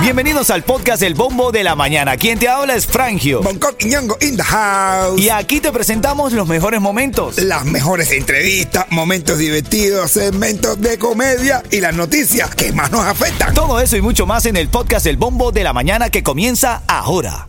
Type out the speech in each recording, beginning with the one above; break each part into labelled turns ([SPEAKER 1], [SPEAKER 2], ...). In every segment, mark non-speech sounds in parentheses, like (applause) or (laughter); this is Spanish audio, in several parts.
[SPEAKER 1] Bienvenidos al podcast El Bombo de la Mañana. Quien te habla es Frangio.
[SPEAKER 2] Bangkok y Ñongo in the house.
[SPEAKER 1] Y aquí te presentamos los mejores momentos.
[SPEAKER 2] Las mejores entrevistas, momentos divertidos, segmentos de comedia y las noticias que más nos afectan.
[SPEAKER 1] Todo eso y mucho más en el podcast El Bombo de la Mañana que comienza ahora.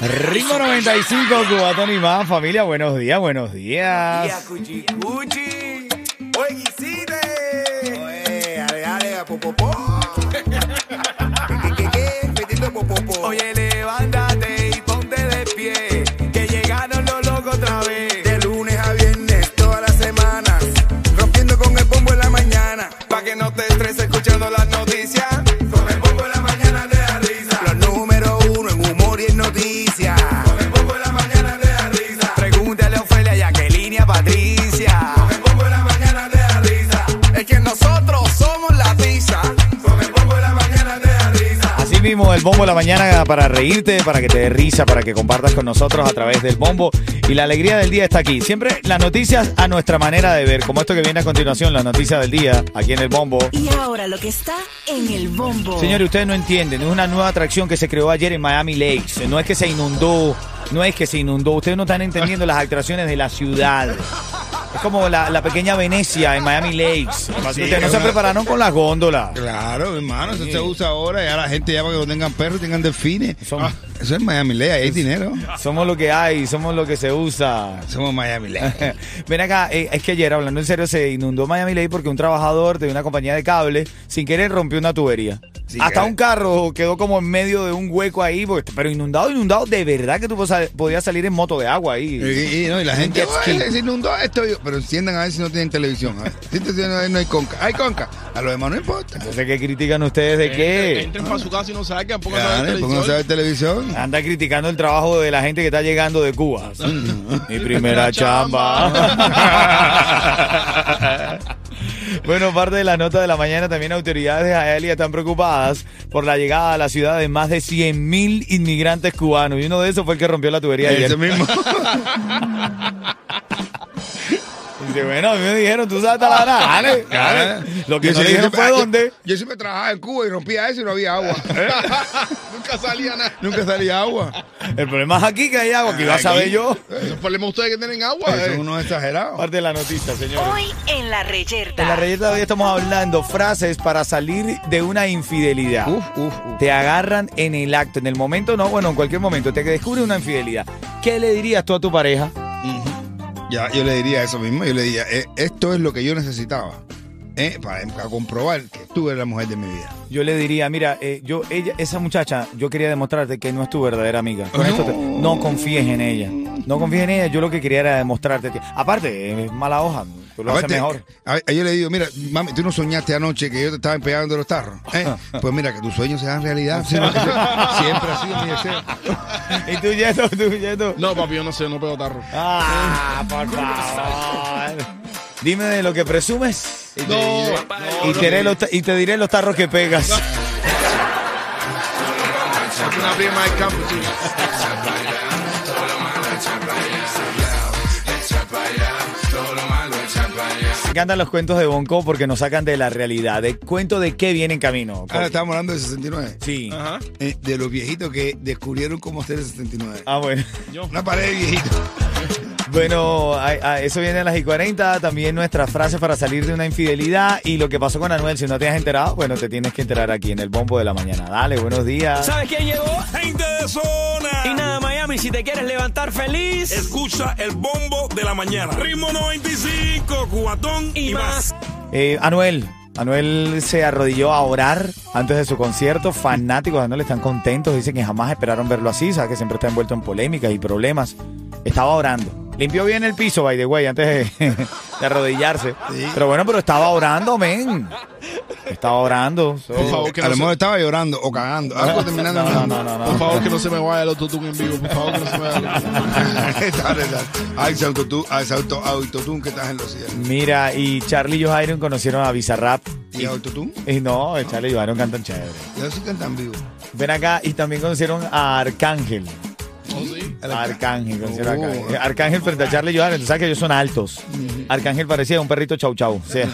[SPEAKER 1] Ringo 95, Cubatón y más, familia. Buenos días, buenos días.
[SPEAKER 3] Cuchi, cuchi. Oye, Guisite. Oye, ale, ale, a popopó. ¿Qué, qué, qué? Metiendo popopó. Oye, levántate y ponte de pie. Que llegaron los locos otra vez. De lunes a viernes, todas las semanas. Rompiendo con el bombo en la mañana. Pa' que no te estreses escuchando las noticias. Con el bombo en la mañana te da risa. Los número uno en humor y en noticias. Con el bombo en la mañana te da risa. Pregúntale a Ofelia, Jacqueline y a Patricia. Con el bombo en la mañana te da risa. Es que nosotros somos la tiza. Con el bombo en la mañana te da risa.
[SPEAKER 1] Así mismo, el bombo de la mañana para reírte, para que te dé risa, para que compartas con nosotros a través del bombo. Y la alegría del día está aquí. Siempre las noticias a nuestra manera de ver, como esto que viene a continuación, la noticia del día, aquí en el bombo.
[SPEAKER 4] Y ahora lo que está en el bombo.
[SPEAKER 1] Señores, ustedes no entienden, es una nueva atracción que se creó ayer en Miami Lakes. No es que se inundó, no es que se inundó. Ustedes no están entendiendo las atracciones de la ciudad. Es como la, la pequeña Venecia en Miami Lakes. ustedes no
[SPEAKER 5] es
[SPEAKER 1] se
[SPEAKER 5] una-
[SPEAKER 1] prepararon con las góndolas.
[SPEAKER 5] Claro, hermano, eso se usa ahora. Ya la gente ya para que no tengan perros, tengan delfines.
[SPEAKER 1] Son-
[SPEAKER 5] Ah, eso es Miami Lea, ahí hay dinero.
[SPEAKER 1] Somos lo que hay, somos lo que se usa.
[SPEAKER 5] Somos Miami Lea.
[SPEAKER 1] Ven acá, eh, es que ayer, hablando en serio, se inundó Miami Lake porque un trabajador de una compañía de cable, sin querer, rompió una tubería.
[SPEAKER 5] Sí,
[SPEAKER 1] Hasta
[SPEAKER 5] que-
[SPEAKER 1] un carro quedó como en medio de un hueco ahí, porque- pero inundado, inundado, de verdad que tú posa- podías salir en moto de agua ahí.
[SPEAKER 5] (laughs) Y, y no, y la gente
[SPEAKER 1] jet ski.
[SPEAKER 5] "Ay, se inundó esto. Yo, pero enciendan a ver si no tienen televisión. A ver. Si te- si no, no hay conca. Hay conca. A los demás no importa.
[SPEAKER 1] No sé qué critican ustedes de qué.
[SPEAKER 6] Entren para su casa y no salgan, pónganse a
[SPEAKER 5] Claro,
[SPEAKER 6] ver
[SPEAKER 5] porque no sabe
[SPEAKER 6] televisión.
[SPEAKER 5] televisión.
[SPEAKER 1] Anda criticando el trabajo de la gente que está llegando de Cuba. Mi primera chamba. Bueno, parte de la nota de la mañana también autoridades de Jaelia están preocupadas por la llegada a la ciudad de más de 100.000 inmigrantes cubanos. Y uno de esos fue el que rompió la tubería
[SPEAKER 5] Eso
[SPEAKER 1] ayer.
[SPEAKER 5] (laughs) mismo.
[SPEAKER 1] Dice, bueno, a mí me dijeron, tú sabes hasta la verdad, dale, dale. Lo que
[SPEAKER 5] Yo
[SPEAKER 1] no
[SPEAKER 5] siempre-
[SPEAKER 1] dijeron fue
[SPEAKER 5] ah, yo-
[SPEAKER 1] dónde.
[SPEAKER 5] Yo siempre trabajaba en Cuba y rompía eso y no había (laughs) agua. Nunca salía nada. ¿Eh? Nunca salía agua.
[SPEAKER 1] El problema es aquí que hay agua, que iba a saber yo.
[SPEAKER 5] Eh,
[SPEAKER 6] Esos problemas ustedes que tienen agua.
[SPEAKER 5] Eso
[SPEAKER 6] eh.
[SPEAKER 5] es uno exagerado.
[SPEAKER 1] Parte de la noticia, señores.
[SPEAKER 4] Hoy en la reyerta.
[SPEAKER 1] En la reyerta de hoy estamos hablando frases para salir de una infidelidad.
[SPEAKER 5] Uf, uf, uf.
[SPEAKER 1] Te agarran en el acto, en el momento, no, bueno, en cualquier momento, te descubre una infidelidad. ¿Qué le dirías tú a tu pareja?
[SPEAKER 5] Ya, yo le diría eso mismo. Yo le diría, eh, esto es lo que yo necesitaba eh, para, para comprobar que tú eres la mujer de mi vida.
[SPEAKER 1] Yo le diría, mira, eh, yo, ella, esa muchacha, yo quería demostrarte que no es tu verdadera amiga. Con esto te- no confíes en ella. No confíes en ella, yo lo que quería era demostrarte. que- Aparte, es mala hoja, tú lo haces
[SPEAKER 5] Aparte,
[SPEAKER 1] mejor.
[SPEAKER 5] a- a- yo le digo, mira, mami, tú no soñaste anoche que yo te estaba pegando los tarros.
[SPEAKER 1] (laughs)
[SPEAKER 5] eh? Pues mira, que tus sueños se dan realidad. sino que yo- siempre ha sido mi deseo.
[SPEAKER 1] (laughs) Y tú, Yeto, tú, Yeto.
[SPEAKER 6] No, papi, yo no sé, no pego tarro.
[SPEAKER 1] Ah, por favor. Dime de lo que presumes.
[SPEAKER 6] No,
[SPEAKER 1] Y te, diré los, ta- y te diré los tarros que pegas.
[SPEAKER 6] es (laughs) una prima del campo, chicos.
[SPEAKER 1] Me encantan los cuentos de Bonco porque nos sacan de la realidad. El cuento de qué viene en camino.
[SPEAKER 6] Ah,
[SPEAKER 5] Ahora estamos hablando de 69.
[SPEAKER 1] Sí.
[SPEAKER 5] eh, de los viejitos que descubrieron cómo hacer el 69.
[SPEAKER 1] Ah, bueno.
[SPEAKER 5] Una pared de viejitos.
[SPEAKER 1] Bueno, a- a- eso viene a las y 40. También nuestras frases para salir de una infidelidad. Y lo que pasó con Anuel, si no te has enterado, bueno, te tienes que enterar aquí en el bombo de la mañana. Dale, buenos días.
[SPEAKER 7] ¿Sabes quién llegó?
[SPEAKER 3] Gente de zona.
[SPEAKER 7] Y nada, Miami, si te quieres levantar feliz
[SPEAKER 3] Escucha el bombo de la mañana. Ritmo 95, cubatón
[SPEAKER 7] y más.
[SPEAKER 1] Eh, Anuel. Anuel se arrodilló a orar antes de su concierto. Fanáticos de Anuel están contentos. Dicen que jamás esperaron verlo así. Sabes que siempre está envuelto en polémicas y problemas. Estaba orando. Limpió bien (laughs) el piso, by the way, antes de, de arrodillarse. Pero bueno, pero estaba orando, men. Estaba orando. so-
[SPEAKER 6] Por favor, que
[SPEAKER 5] a
[SPEAKER 6] no
[SPEAKER 5] lo mejor
[SPEAKER 6] se,
[SPEAKER 5] estaba llorando o cagando. Algo terminando.
[SPEAKER 1] No, no, no, no.
[SPEAKER 6] por favor, que no se me vaya el autotune en vivo. Por favor, que no se me vaya el autotune.
[SPEAKER 5] Está, está. Ah, ese autotune, ah, ese auto, autotune que estás en los cielos.
[SPEAKER 1] Mira, y Charlie y Joe Iron conocieron a Bizarrap.
[SPEAKER 5] ¿Y autotune?
[SPEAKER 1] Y no, Charlie y Joe Iron cantan chévere.
[SPEAKER 5] Yo sí cantan vivo.
[SPEAKER 1] Ven acá y también conocieron a Arcángel.
[SPEAKER 6] ¿Oh, sí?
[SPEAKER 1] A Arcángel, conocieron a
[SPEAKER 5] Oh.
[SPEAKER 1] Arcángel. Arcángel frente a Charlie y Joe Iron. Tú sabes que ellos son altos. Arcángel parecía un perrito chau chau. O sea,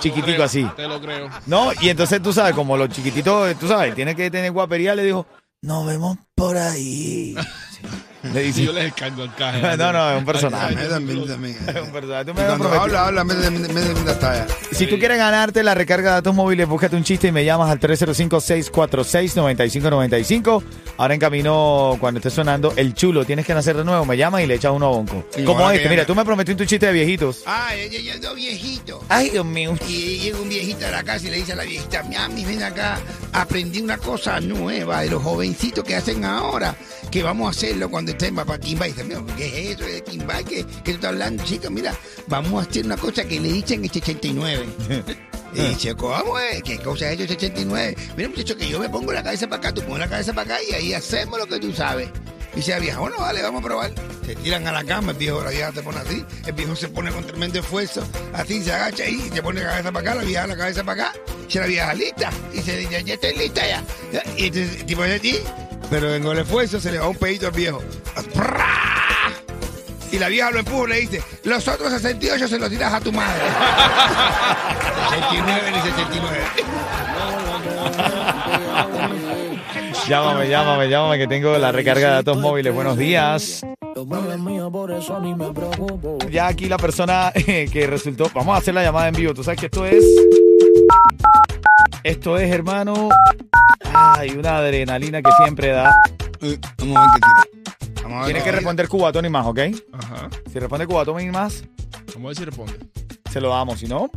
[SPEAKER 1] chiquitico así.
[SPEAKER 6] Te lo creo.
[SPEAKER 1] No, y entonces tú sabes, como los chiquititos, tú sabes, tiene que tener guapería, le dijo, nos vemos por ahí. Le
[SPEAKER 6] Si
[SPEAKER 1] dice,
[SPEAKER 6] yo les escando al caje.
[SPEAKER 1] (laughs) no, no, es un
[SPEAKER 5] Ah,
[SPEAKER 1] personaje.
[SPEAKER 5] me dan mil también.
[SPEAKER 1] Es un personaje. Tú me habías
[SPEAKER 5] Cuando
[SPEAKER 1] prometido.
[SPEAKER 5] habla, habla, me da mil talla.
[SPEAKER 1] Si tú quieres ganarte la recarga de datos móviles, búscate un chiste y me llamas al 305-646-9595. Ahora en camino, cuando esté sonando, el chulo, tienes que nacer de nuevo, me llamas y le echas uno a Bonco.
[SPEAKER 5] Y
[SPEAKER 1] Como
[SPEAKER 5] ahora
[SPEAKER 1] este,
[SPEAKER 5] que
[SPEAKER 1] mira,
[SPEAKER 5] llame.
[SPEAKER 1] tú me prometiste un chiste de viejitos.
[SPEAKER 5] Ah, yo, yo, yo viejito.
[SPEAKER 1] Ay, Dios mío.
[SPEAKER 5] Y llega un viejito a la casa y le dice a la viejita, mami, ven acá, aprendí una cosa nueva de los jovencitos que hacen ahora, que vamos a hacerlo cuando estén para Kimbay. Y dice, "Mira, ¿qué es eso de Kimbay? ¿Qué, ¿Qué tú estás hablando, chico? Mira, vamos a hacer una cosa que le dicen en 89. Y dice, ¿cómo es? ¿Qué cosa es eso 89? Mira, muchacho, que yo me pongo la cabeza para acá, tú pones la cabeza para acá y ahí hacemos lo que tú sabes. Y dice la vieja, bueno, vale, vamos a probar. Se tiran a la cama, el viejo, la vieja se pone así, el viejo se pone con tremendo esfuerzo, así se agacha y se pone la cabeza para acá, la vieja la cabeza para acá, y la vieja lista, y se dice, ya estoy lista ya. Y entonces, el tipo de ti, pero en el esfuerzo se le va un pedito al viejo. ¡Prrrá! Y la vieja lo empuja y le dice, los otros 68 se los tiras a tu madre. 69 ni 69.
[SPEAKER 1] Llámame, llámame, llámame, que tengo la recarga de datos móviles. Buenos días. Ya aquí la persona eh, que resultó. Vamos a hacer la llamada en vivo. Tú sabes que esto es. Esto es, hermano. Ay, una adrenalina que siempre da.
[SPEAKER 5] Eh, Vamos a ver qué tiene. Vamos a ver
[SPEAKER 1] Tienes
[SPEAKER 5] qué
[SPEAKER 1] que
[SPEAKER 5] tiene.
[SPEAKER 1] responder cubatón y más, ¿ok?
[SPEAKER 6] Ajá.
[SPEAKER 1] Si responde cubatón y más,
[SPEAKER 6] Vamos a ver si responde.
[SPEAKER 1] se lo damos. Si no,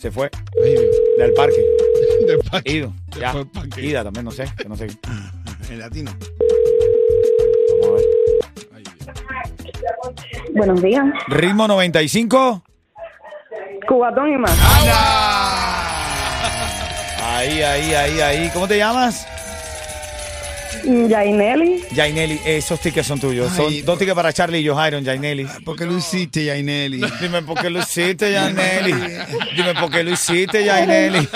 [SPEAKER 1] se fue
[SPEAKER 6] Ahí
[SPEAKER 1] de al parque.
[SPEAKER 6] viene. (laughs) Del parque.
[SPEAKER 1] Ido.
[SPEAKER 6] Se
[SPEAKER 1] Ya.
[SPEAKER 6] fue al parque.
[SPEAKER 1] Ida también, no sé. que No sé.
[SPEAKER 5] El latino.
[SPEAKER 1] Vamos a ver.
[SPEAKER 6] Ahí viene.
[SPEAKER 8] Buenos días.
[SPEAKER 1] Ritmo 95.
[SPEAKER 8] Cubatón y más.
[SPEAKER 1] Ahí, ahí, ahí, ahí. ¿Cómo te llamas?
[SPEAKER 8] Yaineli,
[SPEAKER 1] Jaineli, esos tickets son tuyos.
[SPEAKER 5] Ay,
[SPEAKER 1] son dos
[SPEAKER 5] por-
[SPEAKER 1] tickets para Charlie y yo, Jairon, Jaineli.
[SPEAKER 5] ¿Por qué lo hiciste, Yaineli?
[SPEAKER 1] Dime por qué lo hiciste, Jaineli. Dime por qué lo hiciste, Jaineli.